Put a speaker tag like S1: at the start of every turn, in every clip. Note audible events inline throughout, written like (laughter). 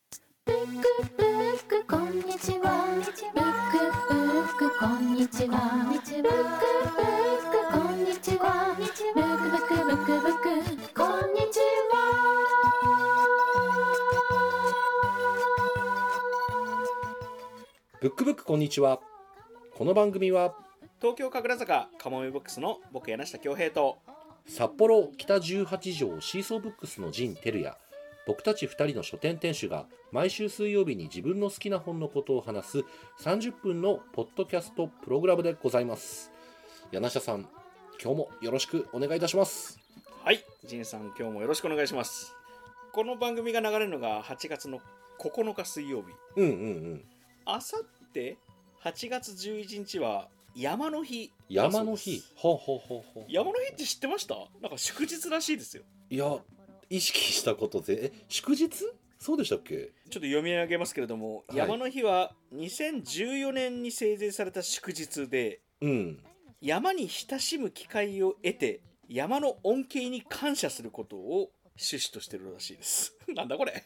S1: ックルックこんにちはルックルックこんにちはルックルックこんにちはルックブクブクブクこんにちは
S2: ブックブックこんにちはこの番組は
S3: 東京神楽坂カモメボックスの僕柳下恭平と
S2: 札幌北18条シーソーブックスの陣テルや僕たち2人の書店店主が毎週水曜日に自分の好きな本のことを話す30分のポッドキャストプログラムでございます柳下さん今日もよろしくお願いいたします
S3: はい仁さん今日もよろしくお願いしますこの番組が流れるのが8月の9日水曜日
S2: うんうんうん
S3: あさって8月11日は山の日
S2: 山の日ほうほうほうほう
S3: 山の日って知ってましたなんか祝日らしいですよ
S2: いや意識したことでえ祝日そうでしたっけ
S3: ちょっと読み上げますけれども、
S2: はい
S3: 山の日は2014年に制定された祝日で
S2: うん
S3: 山に親しむ機会を得て山の恩恵に感謝することを趣旨としてるらしいです (laughs) なんだこれ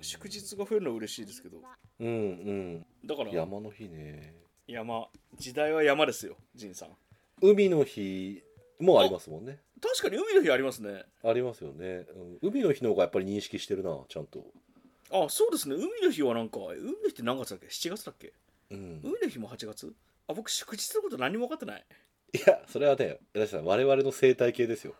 S3: 祝日が増えるのは嬉しいですけど
S2: うん
S3: だか
S2: うん
S3: ら
S2: 山の日ね
S3: 山時代は山ですよ仁さん
S2: 海の日もありますもんね
S3: 確かに海の日ありますね
S2: ありますよね、うん海の日の方がやっぱり認識してるなちゃんと
S3: あそうですね海の日はなんか海の日って何月だっけ7月だっけ
S2: うん
S3: 海の日も8月あ僕祝日のこと何も分かってない
S2: いやそれはね私さん我々の生態系
S3: (laughs)
S2: ですよ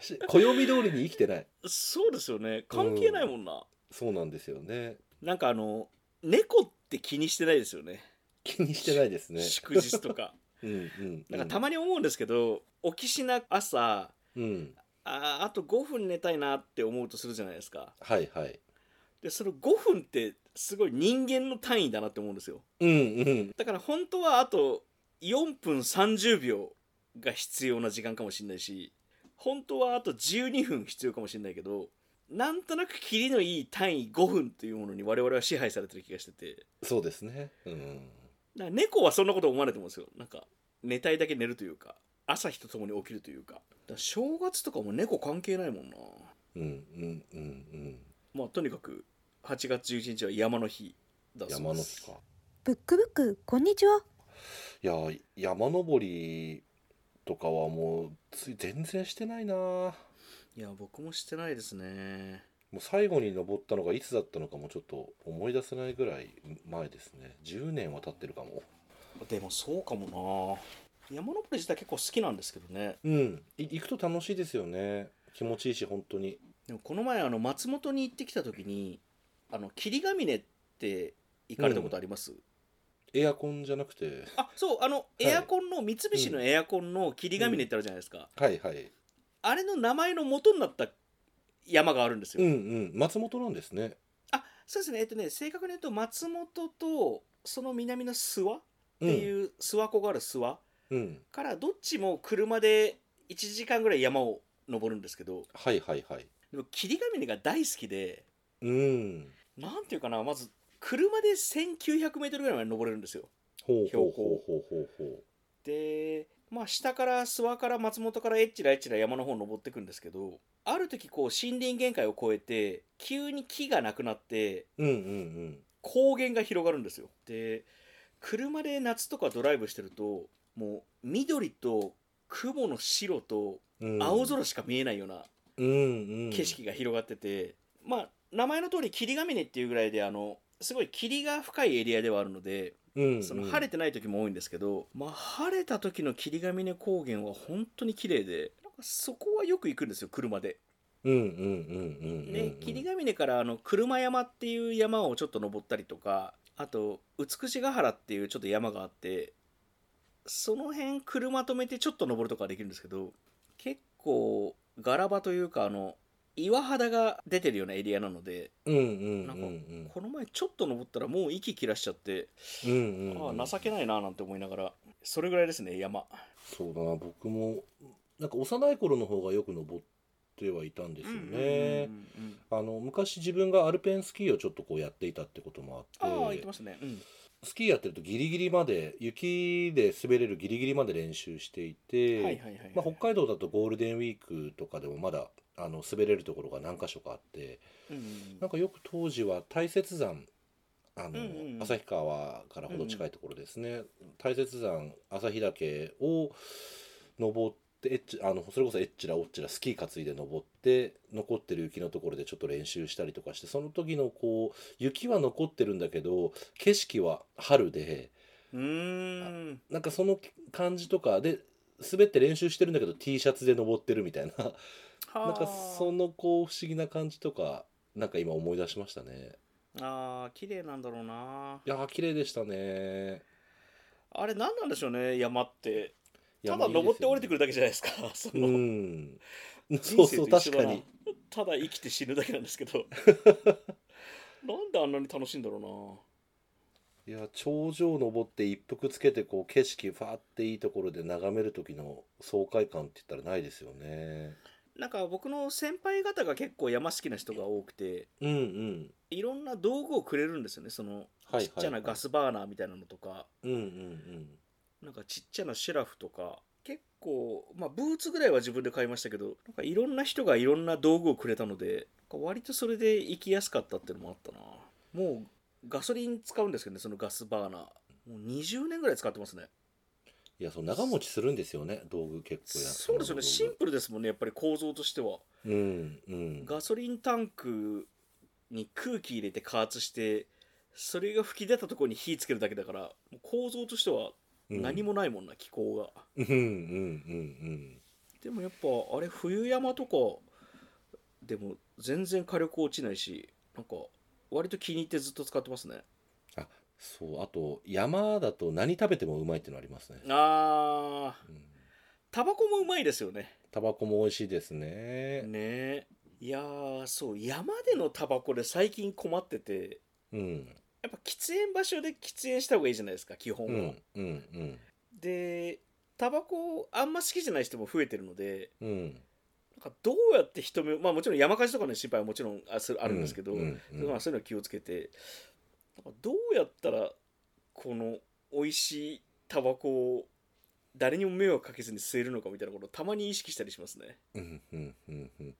S2: し暦通りに生きてない
S3: そうですよね関係ないもんな、
S2: そうなんですよね
S3: なんかあの猫って気にしてないですよね
S2: 気にしてないですね
S3: 祝日とか
S2: うんうん
S3: なんかたまに思うんですけど、起きしな朝
S2: うん
S3: あーあと5分寝たいなって思うとするじゃないですか
S2: はいはい
S3: でその5分ってすごい人間の単位だなって思うんですよ
S2: うんうん
S3: だから本当はあと4分30秒が必要な時間かもしれないし本当はあと12分必要かもしれないけどなんとなくキリのいい単位5分というものに我々は支配されてる気がしてて
S2: そうですねうん
S3: だから猫はそんなこと思われてますよなんか寝たいだけ寝るというか朝日とともに起きるというかだから正月とかも猫関係ないもんな
S2: うんうんうんうん
S3: まあとにかく8月11日は山の日だそうです
S2: 山の日か
S4: ブックブックこんにちはい
S2: や山登りとかはもうつい全然してないない
S3: や僕もしてないですね
S2: もう最後に登ったのがいつだったのかもちょっと思い出せないぐらい前ですね10年は経ってるかも
S3: でもそうかもな山登り自体結構好きなんですけどね
S2: うんい行くと楽しいですよね気持ちいいし本当に
S3: でもこの前あの松本に行ってきた時にあの霧ヶ峰って行かれたことあります、
S2: エアコンじゃなくて
S3: あそうあのエアコンの、三菱のエアコンの霧ヶ峰ってあるじゃないですか、
S2: はいはい
S3: あれの名前の元になった山があるんです
S2: う
S3: よ。
S2: んうん松本なんですね
S3: あそうですね、えっとね、正確に言うと松本とその南の諏訪っ
S2: うん
S3: ていう諏訪湖がある諏訪
S2: うん
S3: からどっちも車で1時間ぐらい山を登るんですけど
S2: はいはいはい
S3: でも霧ヶ峰が大好きで
S2: うん
S3: なんていうかなまず車で 1900m ぐらいまで登れるんですよ。
S2: ほうほう
S3: 標
S2: ほ
S3: 高
S2: うほうほうほ
S3: でまあ下から諏訪から松本からえっちらえっちら山の方登ってくんですけどある時こう森林限界を越えて急に木がなくなって
S2: ううんうん
S3: 高原が広がるんですよで車で夏とかドライブしてるともう緑と雲の白と
S2: うんうん
S3: 青空しか見えないような
S2: うんうん
S3: 景色が広がってて、まあ名前の通り霧ヶ峰っていうぐらいであのすごい霧が深いエリアではあるので
S2: うんうん
S3: その晴れてない時も多いんですけど、まあ、晴れた時の霧ヶ峰高原は本当に綺麗でなんかそこはよく行くんですよ車で。
S2: うんうんうんうんうんうん
S3: ね、霧ヶ峰からあの車山っていう山をちょっと登ったりとかあと美しが原っていうちょっと山があってその辺車止めてちょっと登るとかできるんですけど結構ガラ場というかあの岩肌が出てるようなエリアなので
S2: うんうん
S3: な
S2: うんん
S3: か
S2: うん
S3: この前ちょっと登ったらもう息切らしちゃって
S2: うんうんうん
S3: ああ情けないななんて思いながらそれぐらいですね山
S2: そうだな僕もなんか幼い頃の方がよく登ってはいたんですよね。あの昔自分がアルペンスキーをちょっとこうやっていたってことも
S3: ああ
S2: あっ
S3: 言っててましたねうん
S2: スキーやってるとギリギリまで雪で滑れるギリギリまで練習していて、
S3: はいはいはいはい
S2: まあ、北海道だとゴールデンウィークとかでもまだあの滑れるところが何箇所かあって
S3: うん
S2: なんかよく当時は大雪山あの、
S3: うんうんうん
S2: 旭川からほど近いところですね、大雪山旭岳を登ってエッチあのそれこそエッチラオッチラスキー担いで登って残ってる雪のところでちょっと練習したりとかしてその時のこう雪は残ってるんだけど景色は春で
S3: うんうん
S2: なんかその感じとかで滑って練習してるんだけど T シャツで登ってるみたいな
S3: はあ
S2: なんかそのこう不思議な感じとかなんか今思い出しましたね
S3: あー綺麗なんだろうない
S2: やー綺麗でしたね
S3: あれ何なんでしょうね山ってた
S2: 山
S3: だ
S2: いいですよね
S3: 登って降りてくるだけじゃないですか (laughs) その
S2: うんそ
S3: 人
S2: う
S3: 生
S2: そう
S3: と
S2: 確
S3: 一緒だ
S2: か
S3: な
S2: に
S3: ただ生きて死ぬだけなんですけ
S2: (laughs)
S3: どなんであんなに楽しいんだろ
S2: いや頂上登って一服つけてこう景色ファーっていいところで眺める時の爽快感って言ったらないですよね
S3: うななんか僕の先輩方が結構山好きな人が多くて
S2: うんうん
S3: いろんな道具をくれるんですよねその
S2: はいはいはい
S3: ちっちゃなガスバーナーみたいなのとか、
S2: うんうんうん
S3: なんかちっちゃなシェラフとか結構まあブーツぐらいは自分で買いましたけどなんかいろんな人がいろんな道具をくれたのでなんか割とそれで行きやすかったっていうのもあったなもうガソリン使うんですけどねそのガスバーナーもう20年ぐらい使ってますね
S2: いやそう長持ちするんですよね道具結構や
S3: そうですよねシンプルですもんねやっぱり構造としては
S2: うんうん
S3: ガソリンタンクに空気入れて加圧してそれが吹き出たところに火つけるだけだからもう構造としては何
S2: も
S3: もないもんな、気候が
S2: うんうんうん
S3: でもやっぱあれ冬山とかでも全然火力落ちないしなんか割と気に入ってずっと使ってますね
S2: うんあそうあと山だと何食べてもうまいっていうのありますね
S3: あー
S2: うん
S3: タバコもうまいですよね
S2: タバコも美味しいですね
S3: ねえいやーそう山でのタバコで最近困ってて
S2: うん
S3: やっぱ喫煙場所で喫煙した方がいいじゃないですか基本
S2: う
S3: は、
S2: んうんうん
S3: でタバコあんま好きじゃない人も増えてるので
S2: うん
S3: なんかどうやって人目をまあもちろん山火事とかの心配はもちろんあするあるんですけど、
S2: ううんうん
S3: まあ、そういうの気をつけてなんかどうやったらこの美味しいタバコを誰にも迷惑かけずに吸えるのかみたいなことをたまに意識したりしますね
S2: うんうんうんうん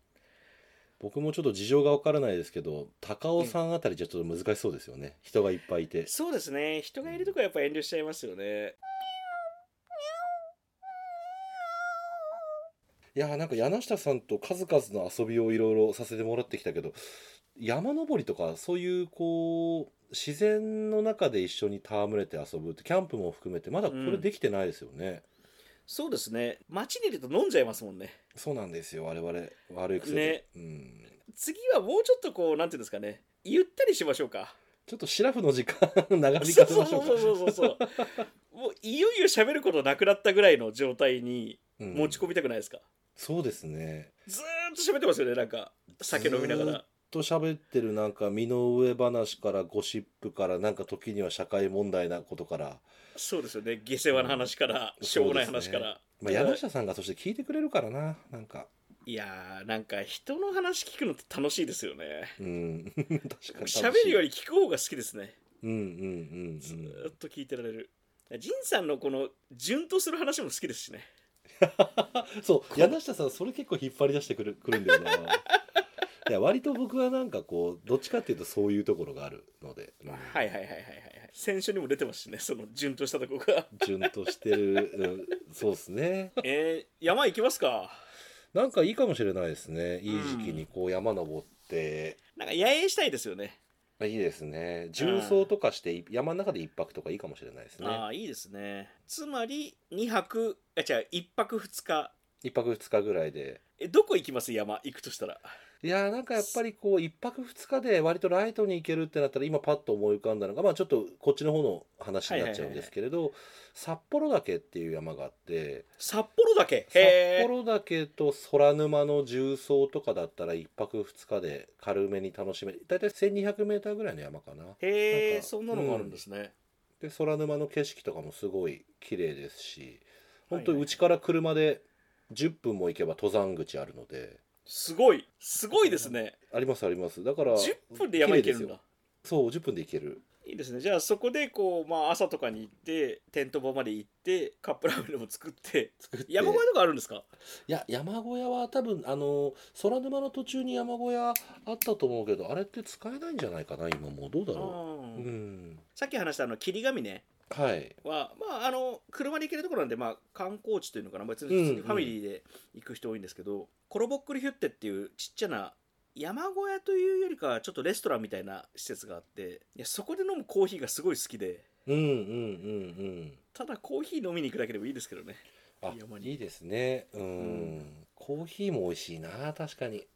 S2: 僕もちょっと事情がわからないですけど高尾さんあたりじゃちょっと難しそうですよね人がいっぱいいて
S3: そうですね人がいるとこはやっぱ遠慮しちゃいますよね
S2: いやーなんか柳下さんと数々の遊びをいろいろさせてもらってきたけど山登りとかそういうこう自然の中で一緒に戯れて遊ぶってキャンプも含めてまだこ
S3: う
S2: れ
S3: ん
S2: できてないですよね、
S3: そうですね街にいると飲んじゃいますもんね
S2: そうなんですよ我々悪い癖で、
S3: ね
S2: うん、
S3: 次はもうちょっとこうなんていうんですかねゆったりしましょうか
S2: ちょっとシラフの時間 (laughs) 長引
S3: そ
S2: か
S3: う
S2: せ
S3: そう
S2: まし
S3: そ
S2: ょう
S3: う
S2: か
S3: そうそうそうもういよいよ喋ることなくなったぐらいの状態に
S2: うん
S3: 持ち込みたくないですか、
S2: そうですね
S3: ずーっと喋ってますよねなんか酒飲みなが
S2: ずー
S3: ら
S2: っと喋ってるなんか身の上話からゴシップからなんか時には社会問題なことから、
S3: そうですよね下世話の話から、しょうもない話から、
S2: まあ、
S3: ただ
S2: 柳下さんがそして聞いてくれるからななんか
S3: いやーなんか人の話聞くのって楽しいですよね
S2: うん (laughs) 確かに楽しい
S3: 喋るより聞く方が好きですね
S2: うんうん
S3: ず
S2: うんう
S3: ー
S2: ん
S3: っと聞いてられる仁さんのこの順当する話も好きですしね
S2: そう柳下さんそれ結構引っ張り出してくるくるんだよ
S3: (laughs)
S2: ないや割と僕はなんかこうどっちかっていうとそういうところがあるので、うん
S3: はいはいはいはいはいはい先週にも出てますしねその順当したと
S2: (laughs)
S3: こが
S2: 順としてる、うん、そうですね
S3: えー、山行きますか
S2: なんかいいかもしれないですねいい時期にこう山登って、
S3: なんか野営したいですよね
S2: いいですね重曹とかして山の中で一泊とかいいかもしれないですね
S3: ああいいですねつまり2泊あ違う1泊2日
S2: 一泊二日ぐらいで
S3: えどこ行きます山行くとしたら
S2: いやーなんかやっぱりこう一泊二日で割とライトに行けるってなったら今パッと思い浮かんだのがまあちょっとこっちの方の話になっちゃうんですけれど、札幌岳っていう山があって
S3: 札幌だけ
S2: 札
S3: へえ
S2: 幌岳と空沼の重曹とかだったら一泊二日で軽めに楽しめる大体1 2 0 0メーターぐらいの山かな
S3: へ
S2: な
S3: え
S2: んか
S3: そんなのがあるんですね、
S2: で空沼の景色とかもすごい綺麗ですし本当
S3: はいは
S2: に
S3: いう
S2: ちから車で10分も行けば登山口あるので
S3: すごいすごいですね
S2: ありますありますだから
S3: 10分で山行けるん
S2: 綺麗
S3: だ
S2: ですよそう10分で行ける
S3: いいですねじゃあそこでこう、まあ、朝とかに行ってテント場まで行ってカップラーメンでも作って
S2: 作って
S3: 山小屋とかあるんですか
S2: いや山小屋は多分あの空沼の途中に山小屋あったと思うけどあれって使えないんじゃないかな今もうどうだろうう
S3: う
S2: んん
S3: さっき話したあの霧ヶ峰
S2: はい
S3: は、まあ、あの車で行けるところなんで、まあ、観光地というのかな、まあ別に
S2: うん
S3: 普通にファミリーで行く人多いんですけど、コロボックリヒュッテっていうちっちゃな山小屋というよりかはちょっとレストランみたいな施設があっていやそこで飲むコーヒーがすごい好きで
S2: うんうんうんうん
S3: ただコーヒー飲みに行くだけでもいいですけどね
S2: あ
S3: 山に
S2: いいですねうん、
S3: うん
S2: コーヒーも美味しいな確かに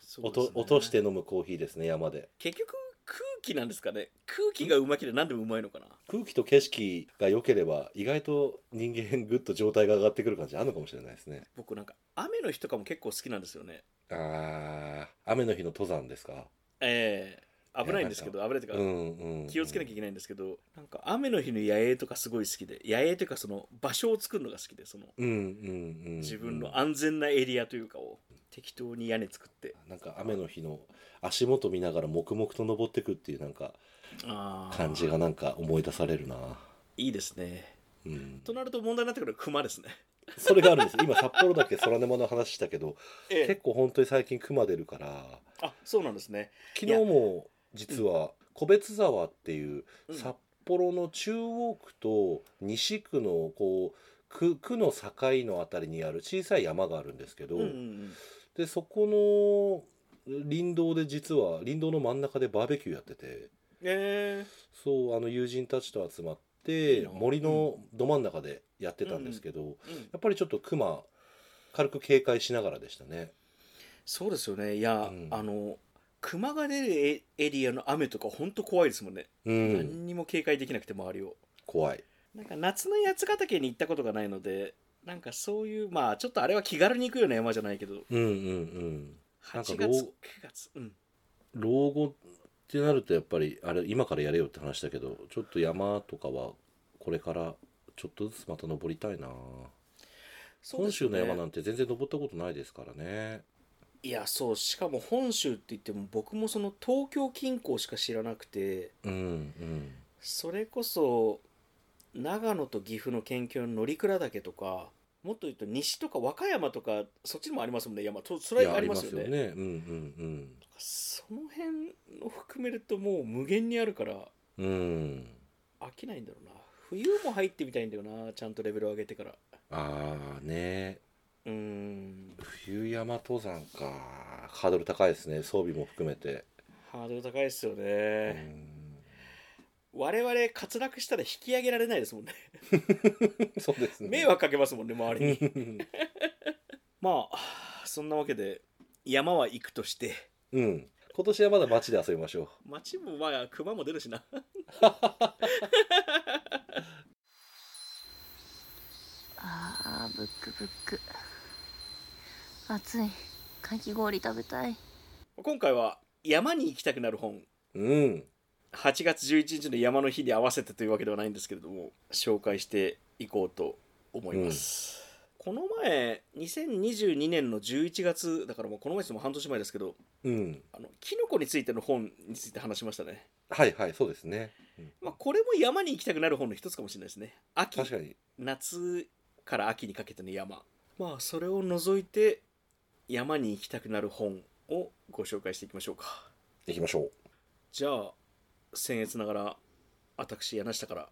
S3: そう
S2: 落
S3: です
S2: と
S3: ね
S2: 落として飲むコーヒーですね山で
S3: 結局空気なんですかね空気がうまければ何でもうまいのかな
S2: 空気と景色が良ければ意外と人間ぐっと状態が上がってくる感じあるのかもしれないですね
S3: 僕なんか雨の日とかも結構好きなんですよね
S2: あー雨の日の登山ですか
S3: ええ危ないんですけど危ないという
S2: う
S3: か、
S2: んうん、うん、
S3: 気をつけなきゃいけないんですけどなんか雨の日の野営とかすごい好きで野営というかその場所を作るのが好きでその
S2: うんうんうんうん
S3: 自分の安全なエリアというかを適当に屋根作って
S2: なんか雨の日の足元見ながら黙々と登ってくっていうなんか感
S3: 感
S2: じがなんか思い出されるな、
S3: いいですね
S2: うん、
S3: となると問題になってくるのは熊ですね、
S2: それがあるんです今札幌だけ空沼の話したけど
S3: え
S2: 結構本当に最近熊出るから
S3: あそうなんですね
S2: 昨日も実は個別沢っていう
S3: うん
S2: 札幌の中央区と西区のこう区区の境のあたりにある小さい山があるんですけど、
S3: うんうん
S2: でそこの林道で実は林道の真ん中でバーベキューやってて
S3: え
S2: そうあの友人たちと集まって
S3: いいな
S2: 森のど真ん中でやってたんですけど、
S3: えうん
S2: やっぱりちょっとクマ軽く警戒しながらでしたね。
S3: そうですよねいや、
S2: うん
S3: あの熊が出るエエリアの雨とか本当怖いですもんね、
S2: うん、
S3: 何にも警戒できなくて周りを
S2: 怖い
S3: なんか夏の八ヶ岳に行ったことがないのでなんかそういうまあちょっとあれは気軽に行くような山じゃないけど
S2: うんうんうんなんか
S3: 8月
S2: どう
S3: 9月うん
S2: 老後ってなるとやっぱりあれ今からやれよって話だけどちょっと山とかはこれからちょっとずつまた登りたいな、
S3: そう
S2: 本
S3: ですよ
S2: 州の
S3: ね
S2: 山なんて全然登ったことないですからね
S3: いやそうしかも本州って言っても僕もその東京近郊しか知らなくて
S2: うんうん
S3: それこそ長野と岐阜の県境の乗鞍岳とかもっと言うと西とか和歌山とかそっちにもありますもんね山とそ
S2: い
S3: れ
S2: や
S3: ありますよね
S2: ありますよねうん
S3: その辺を含めるともう無限にあるから
S2: うんうんうん
S3: 飽きないんだろうな冬も入ってみたいんだよなちゃんとレベルを上げてから
S2: ああね
S3: うーん
S2: 冬山登山かハードル高いですね装備も含めて、
S3: ハードル高いですよ
S2: う
S3: ね、
S2: ん
S3: 我々滑落したら引き上げられないですもんね
S2: そうですね
S3: 迷惑かけますもんね周りに
S2: うん
S3: まあそんなわけで山は行くとして
S2: うん今年はまだ街で遊びましょう
S3: 街もまあ熊も出るしな
S1: あーブックブック暑いかき氷食べたい
S3: 今回は山に行きたくなる本
S2: うん
S3: 8月11日の山の日に合わせてというわけではないんですけれども紹介していこうと思います、この前2022年の11月だからもうこの前ですもう半年前ですけど
S2: うん
S3: あのキノコについての本について話しましたね、
S2: はいはいそうですね、うん
S3: まあ、これも山に行きたくなる本の一つかもしれないですね秋
S2: 確かに
S3: 夏から秋にかけての山まあそれを除いて山に行きたくなる本をご紹介していきましょうか
S2: 行きましょう
S3: じゃあ僭越ながら私柳下から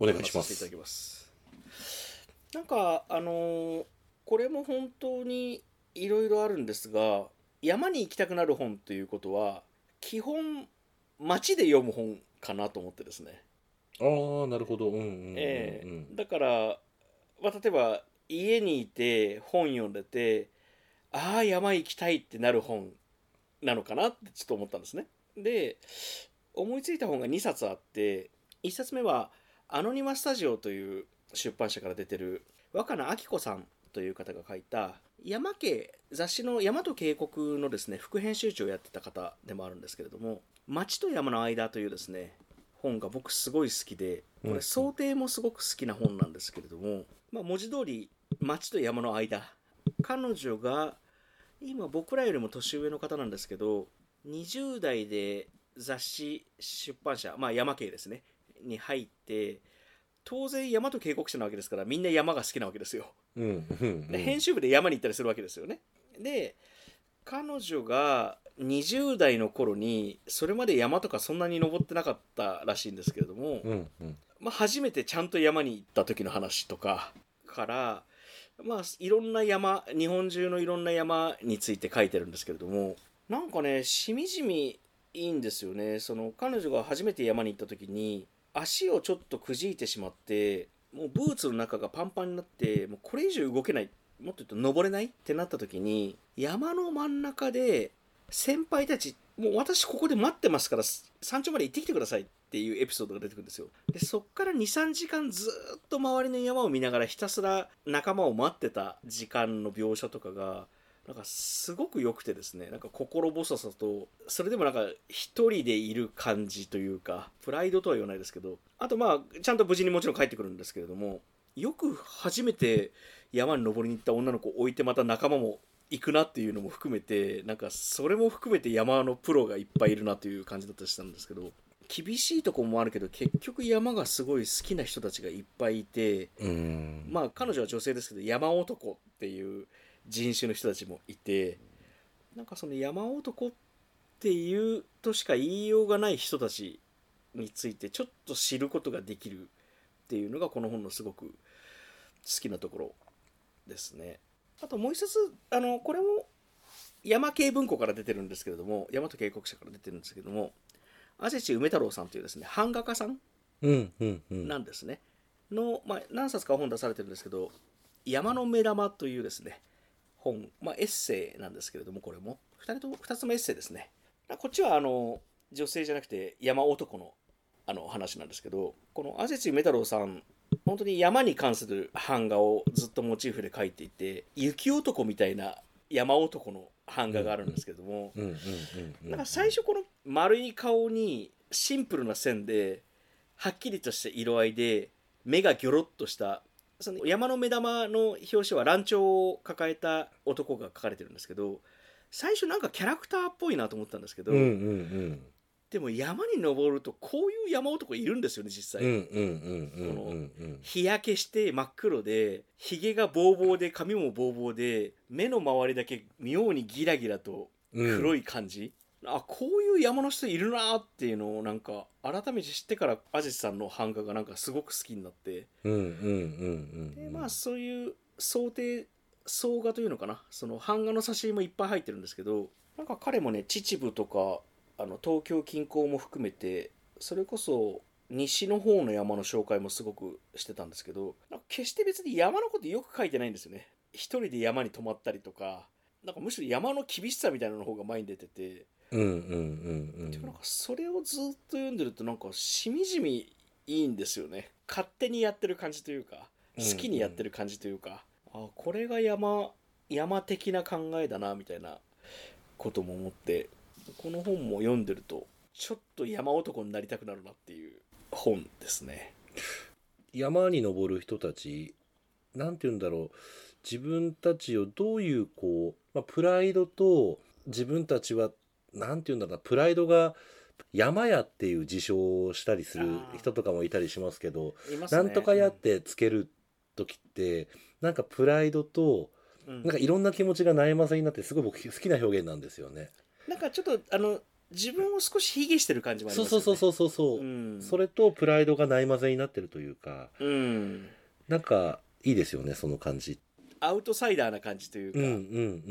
S2: お願いしま
S3: 話させていただ
S2: す
S3: きますなんかあのーこれも本当にいろいろあるんですが山に行きたくなる本ということは基本街で読む本かなと思ってですね、
S2: ああなるほどうんうんうん、うん
S3: ええだから、まあ、例えば家にいて本読んでてああ山行きたいってなる本なのかなってちょっと思ったんですねで思いついた本が2冊あって1冊目はアノニマスタジオという出版社から出てる若菜明子さんという方が書いた山家雑誌の「山と渓谷」のですね副編集長をやってた方でもあるんですけれども「町と山の間」というですね本が僕すごい好きでこ
S2: うんう
S3: れ
S2: ん
S3: 想定もすごく好きな本なんですけれども、まあ、文字通り町と山の間彼女が今僕らよりも年上の方なんですけど20代で雑誌出版社、まあ、山系ですねに入って当然山と警告者なわけですからみんな山が好きなわけですよ。
S2: うんうんう
S3: で
S2: ん
S3: 編集部で山に行ったりするわけですよね。で彼女が20代の頃にそれまで山とかそんなに登ってなかったらしいんですけれども、
S2: うんうん
S3: まあ、初めてちゃんと山に行った時の話とかから、まあ、いろんな山日本中のいろんな山について書いてるんですけれどもなんかねしみじみいいんですよねその彼女が初めて山に行った時に足をちょっとくじいてしまってもうブーツの中がパンパンになってもうこれ以上動けないもっと言うと登れないってなった時に山の真ん中で先輩たちもう私ここで待ってますから山頂まで行ってきてくださいっていうエピソードが出てくるんですよでそっから23時間ずーっと周りの山を見ながらひたすら仲間を待ってた時間の描写とかがなんかすごく良くてですねなんか心細さとそれでもなんか一人でいる感じというかプライドとは言わないですけどあとまあちゃんと無事にもちろん帰ってくるんですけれどもよく初めて山に登りに行った女の子を置いてまた仲間も行くなっていうのも含めてなんかそれも含めて山のプロがいっぱいいるなという感じだったりしたんですけど厳しいとこもあるけど結局山がすごい好きな人たちがいっぱいいて
S2: うん
S3: まあ彼女は女性ですけど山男っていう人種の人たちもいてなんかその山男っていうとしか言いようがない人たちについてちょっと知ることができるっていうのがこの本のすごく好きなところですね。あともう一つあのこれも山系文庫から出てるんですけれども大和渓谷社から出てるんですけども安チ梅太郎さんというですね版画家さん
S2: うんうんうん
S3: なんですね。の、まあ、何冊か本出されてるんですけど「山の目玉」というですね本、まあ、エッセイなんですけれどもこれも2人とも2つもエッセイですね。こっちはあの女性じゃなくて山男のあの話なんですけどこの安土梅太郎さん本当に山に関する版画をずっとモチーフで描いていて雪男みたいな山男の版画があるんですけれども。
S2: うんうんうん
S3: なんか最初この丸い顔にシンプルな線ではっきりとした色合いで目がギョロッとしたその山の目玉の表紙は乱鳥を抱えた男が描かれてるんですけど最初なんかキャラクターっぽいなと思ったんですけど、
S2: うんうん
S3: でも山に登るとこういう山男いるんですよね実
S2: うんう
S3: 際。
S2: んうんうんうんうんうん
S3: 日焼けして真っ黒でひげがボーボーで髪もボーボーで目の周りだけ妙にギラギラと
S2: うん
S3: 黒い感じ、あこういう山の人いるなっていうのをなんか改めて知ってからアジスさんの版画がなんかすごく好きになって
S2: うんうんうんうん
S3: でまあそういう想定総画というのかなその版画の挿絵もいっぱい入ってるんですけどなんか彼もね秩父とかあの東京近郊も含めてそれこそ西の方の山の紹介もすごくしてたんですけどなんか決して別に山のことよく書いてないんですよね一人で山に泊まったりとかなんかむしろ山の厳しさみたいなのの方が前に出てて
S2: うんうんうん
S3: でもなんかそれをずっと読んでるとなんかしみじみいいんですよね勝手にやってる感じというか
S2: うん
S3: 好きにやってる感じというか、あこれが山山的な考えだなみたいなことも思ってこの本も読んでるとちょっと山男になりたくなるなっていう本ですね。
S2: 山に登る人たちなんて言うんだろう自分たちをどういうこう、まあ、プライドと自分たちはなんて言うんだろうなプライドが山屋っていう自称をしたりする人とかもいたりしますけど
S3: いますね
S2: なんとか屋っ、てつける時ってなんかプライドと
S3: うんうん
S2: なんかいろんな気持ちがないませになってすごい僕好きな表現なんですよね。
S3: なんかちょっとあの自分を少し卑下してる感じもあり
S2: そ
S3: ま
S2: う
S3: すよ
S2: そう
S3: ね。、
S2: そうそうそうそううんそれとプライドがないまぜになってるというか
S3: うん
S2: なんかいいですよねその感じ。
S3: アウトサイダーな感じというか、
S2: うんうんう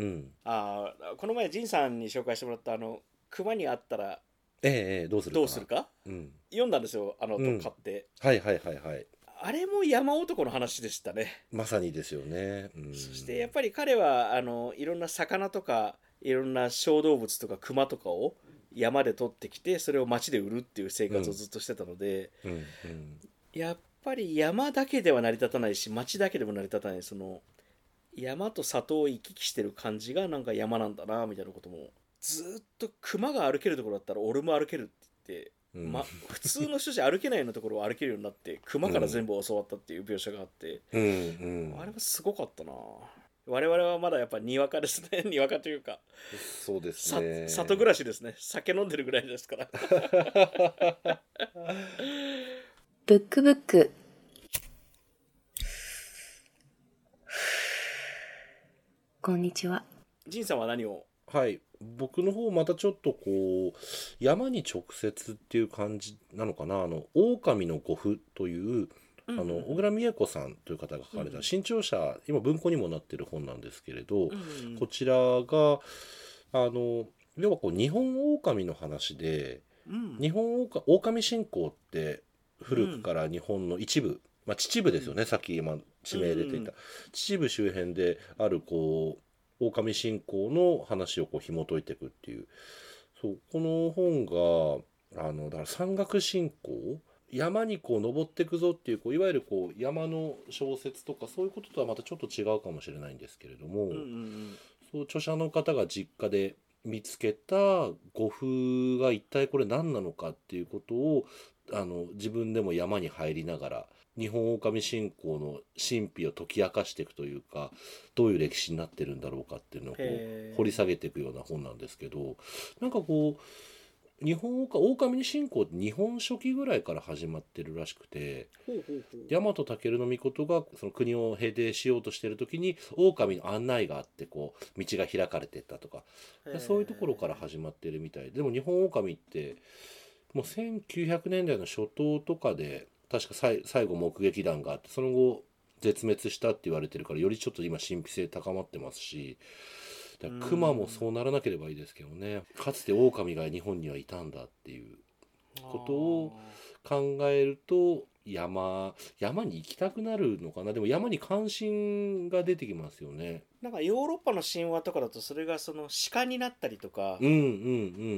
S2: ん。
S3: あーこの前仁さんに紹介してもらったあの熊に会ったら
S2: ええええどうするかな
S3: どうするか
S2: うん、
S3: 読んだんですよあの
S2: うん
S3: 買って、
S2: はいはいはいはい
S3: あれも山男の話でしたね、
S2: まさにですよね、うん、
S3: そしてやっぱり彼はあのいろんな魚とかいろんな小動物とか熊とかを山で取ってきてそれを町で売るっていう生活をずっとしてたので、
S2: うんうん
S3: やっぱり山だけでは成り立たないし町だけでも成り立たないその山と里を行き来してる感じがなんか山なんだなみたいなこともずーっと熊が歩けるところだったら俺も歩けるって
S2: う
S3: 言っ
S2: ん
S3: て、ま、普通の人じゃ歩けないようなところを歩けるようになって熊から全部教わったっていう描写があって、
S2: うんうん
S3: あれはすごかったな我々はまだやっぱにわかですねにわかというか
S2: そうです
S3: さ
S2: ね
S3: 里暮らしですね酒飲んでるぐらいですから
S5: ブックブック。こんにちは。
S3: 仁さんは何を
S2: はい僕の方またちょっとこう山に直接っていう感じなのかなあの狼の五符というあ
S3: あ
S2: の小倉美恵子さんという方が書かれ
S3: うん
S2: た新潮社今文庫にもなってる本なんですけれど
S3: うん
S2: こちらがあの要はこう日本狼の話で
S3: うん
S2: 日本狼狼信仰って古くから日本の一部、まあ、秩父ですよね、さっき今地名出ていた、秩父周辺であるこう狼信仰の話をこう紐解いていくっていうそうこの本があのだから山岳信仰山にこう登っていくぞっていうこういわゆるこう山の小説とかそういうこととはまたちょっと違うかもしれないんですけれども、
S3: うんうん
S2: そう著者の方が実家で見つけた語符が一体これ何なのかっていうことをあの自分でも山に入りながら日本狼信仰の神秘を解き明かしていくというかどういう歴史になってるんだろうかっていうのをこう
S3: へー
S2: 掘り下げていくような本なんですけどなんかこう日本狼狼信仰って日本初期ぐらいから始まってるらしくて。
S3: ほうほうほう
S2: 大和武尊の御事がその国を平定しようとしている時に狼の案内があってこう道が開かれてったとか
S3: へー
S2: そういうところから始まってるみたいでも日本狼ってもう1900年代の初頭とかで確かさい最後目撃談があってその後絶滅したって言われてるからよりちょっと今神秘性高まってますしだから熊もそうならなければいいですけどねかつて狼が日本にはいたんだっていうことを考えると山山に行きたくなるのかなでも山に関心が出てきますよね
S3: なんかヨーロッパの神話とかだとそれがその鹿になったりとか
S2: うんう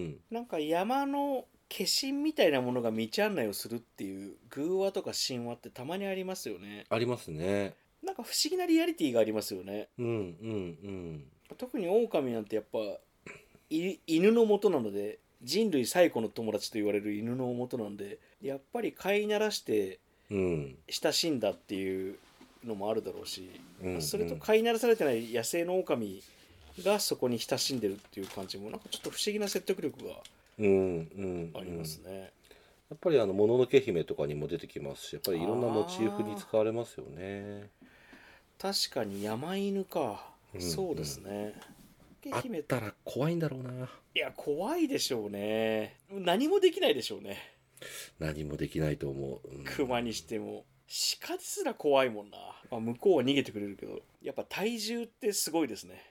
S2: ん
S3: なんか山の化身みたいなものが道案内をするっていう偶話とか神話ってたまにありますよね
S2: うんありますね
S3: なんか不思議なリアリティがありますよね
S2: うんうん
S3: 特に狼なんてやっぱい犬の元なので人類最古の友達と言われる犬の元なんでやっぱり飼いならして
S2: うんうん
S3: 親しんだっていうのもあるだろうし、
S2: うんうん
S3: それと飼いならされてない野生の狼がそこに親しんでるっていう感じもなんかちょっと不思議な説得力が
S2: うんうん
S3: ありますね、
S2: やっぱりあの「もののけ姫」とかにも出てきますしやっぱりいろんなモチーフに使われますよね
S3: 確かに山犬か、
S2: うん
S3: そうですね
S2: あっ
S3: 愛媛
S2: たら怖いんだろうない
S3: や怖いでしょうね何もできないでしょうね
S2: 何もできないと思う、うん
S3: 熊にしても鹿ですら怖いもんな、まあ、向こうは逃げてくれるけどやっぱ体重ってすごいですね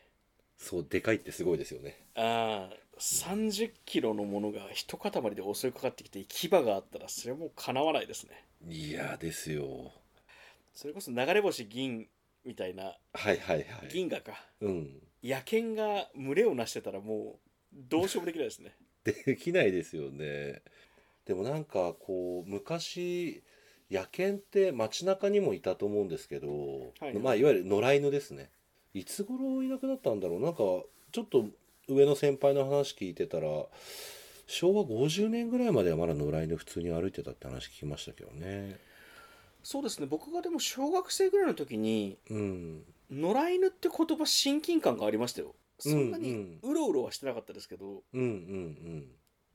S2: そうでかいってすごいですよね
S3: ああ3 0キロのものが一塊で襲いかかってきて牙があったらそれはもうかなわないですね
S2: いやですよ
S3: それこそ流れ星銀みたいな
S2: はいはいはい
S3: 銀河か
S2: うん
S3: 野犬が群れをなしてたらもうどうしようもできないですね
S2: できないですよねでもなんかこう昔野犬って街中にもいたと思うんですけど、
S3: はい
S2: まあいわゆる野良犬ですねいつ頃いなくなったんだろうなんかちょっと上の先輩の話聞いてたら昭和50年ぐらいまではまだ野良犬普通に歩いてたって話聞きましたけどね
S3: (laughs) そうですね僕がでも小学生ぐらいの時に
S2: うん
S3: 野良犬って言葉親近感がありましたよそんな
S2: うん
S3: にうろうろはしてなかったですけど、
S2: うんうん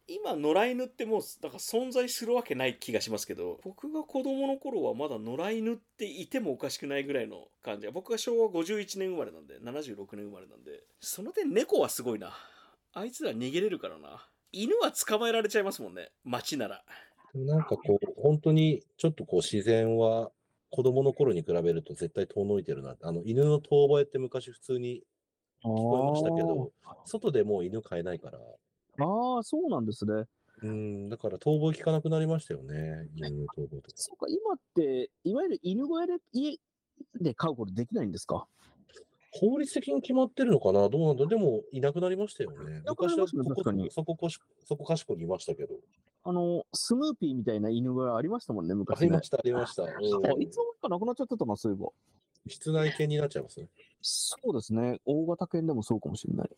S3: 今野良犬ってもうだから存在するわけない気がしますけど僕が子供の頃はまだ野良犬っていてもおかしくないぐらいの感じ僕が昭和51年生まれなんで76年生まれなんでその点猫はすごいなあいつら逃げれるからな犬は捕まえられちゃいますもんね街なら
S2: うんでもなんかこう本当にちょっとこう自然は子供の頃に比べると絶対遠のいてるなあの犬の遠吠えって昔普通に
S6: 聞
S2: 聞こえましたけど、外でもう犬飼えないから、
S6: ああ、そうなんですね。
S2: うん、だから逃亡聞かなくなりましたよね、犬の逃亡とか。
S6: そうか、今って、いわゆる犬小屋で家で飼うことできないんですか
S2: 法律的に決まってるのかな、どうなんだ、でもいなくなりましたよね。
S6: いなくなりますね
S2: 昔はここ
S6: 確かに
S2: そここしそこかしこにいましたけど。
S6: あの、スヌーピーみたいな犬小屋ありましたもんね、
S2: あ
S6: 昔ね。
S2: りました、ありました。うん
S6: あいつの間にかなくなっちゃってたな、そういえば。
S2: 室内犬になっちゃいますね。
S6: そうですね。大型犬でもそうかもしれない。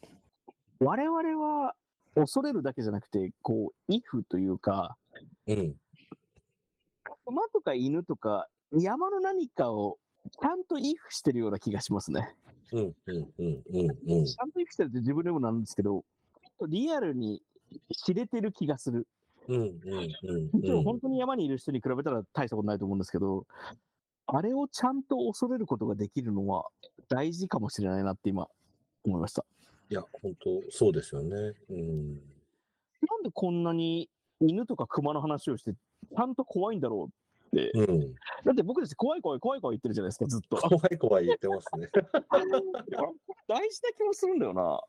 S6: 我々は恐れるだけじゃなくて、こう、イフというか、
S2: うん。
S6: 馬とか犬とか、山の何かを
S3: ちゃんとイフしてるような気がしますね。
S2: うんうんうんうんうん
S3: ちゃんとイフしてるって自分でもなんですけど、ちょっとリアルに知れてる気がする。
S2: うんうん
S3: もちろん
S2: う
S3: 本当に山にいる人に比べたら大したことないと思うんですけど、あれをちゃんと恐れることができるのは大事かもしれないなって今思いました。
S2: いや本当そうですよねうん
S3: なんでこんなに犬とか熊の話をして、ちゃんと怖いんだろうって。
S6: (laughs)
S2: うん
S3: だって僕たち怖い怖い怖い怖い言ってるじゃないですか、ずっ
S2: (laughs)
S3: と。
S2: 怖い怖い言ってますね
S3: 大事な気もするんだよな。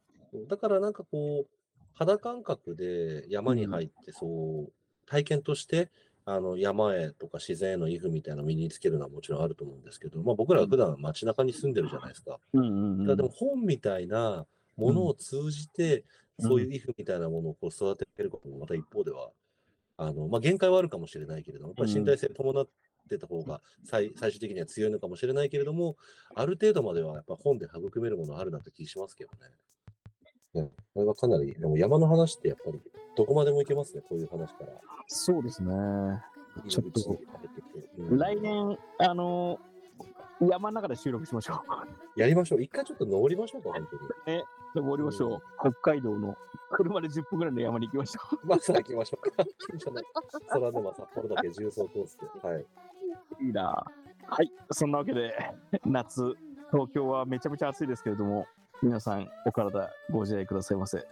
S2: だからなんかこう肌感覚で山に入ってそう体験としてあの山へとか自然へのイフみたいなのを身につけるのはもちろんあると思うんですけど、まあ、僕らは普段街中に住んでるじゃないですか。
S3: うんうんうん
S2: だからでも本みたいなものを通じて、
S3: うん
S2: そういうイフみたいなものをこう育てることもまた一方では、あのまあ、限界はあるかもしれないけれども、やっぱり身体性伴ってた方が最最終的には強いのかもしれないけれども、ある程度まではやっぱ本で育めるものあるなって気しますけどね。うん、これはかなり、でも山の話ってやっぱりどこまでもいけますね、こういう話から。
S3: そうですね。ちょっ
S2: 入
S3: と
S2: り口に入ってきてうん
S3: 来年、あのー山の中で収録しましょ
S2: やりましょう。一回ちょっと登りましょうか、本当に。
S3: う。登りましょう。北海道の車で10分ぐらいの山に行きましょ
S2: まさ行きましょうか。 (laughs) いいんじゃない空沼札幌だけ重曹コースで。はい。
S3: う。いいな。はい、そんなわけで、夏、東京はめちゃめちゃ暑いですけれども、皆さん、お体ご自愛くださいませ。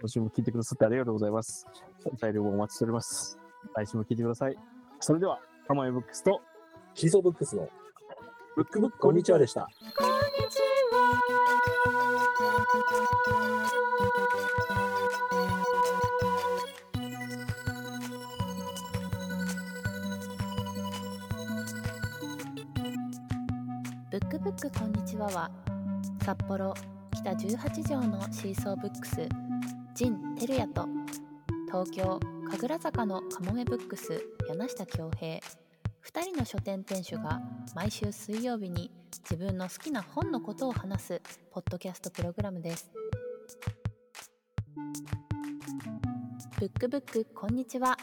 S3: 今週も聞いてくださってありがとうございます。お便りもお待ちしております。来週も聞いてください。それでは、浜江ブックスと、
S2: シーソーブックスの
S3: ブックブック
S2: こんにちはでした。
S7: ブックブックこんにちはは札幌北18条のシーソーブックスジン・テルヤと東京神楽坂のカモメブックス柳下恭平2人の書店店主が毎週水曜日に自分の好きな本のことを話すポッドキャストプログラムです。ブックブックこんにちは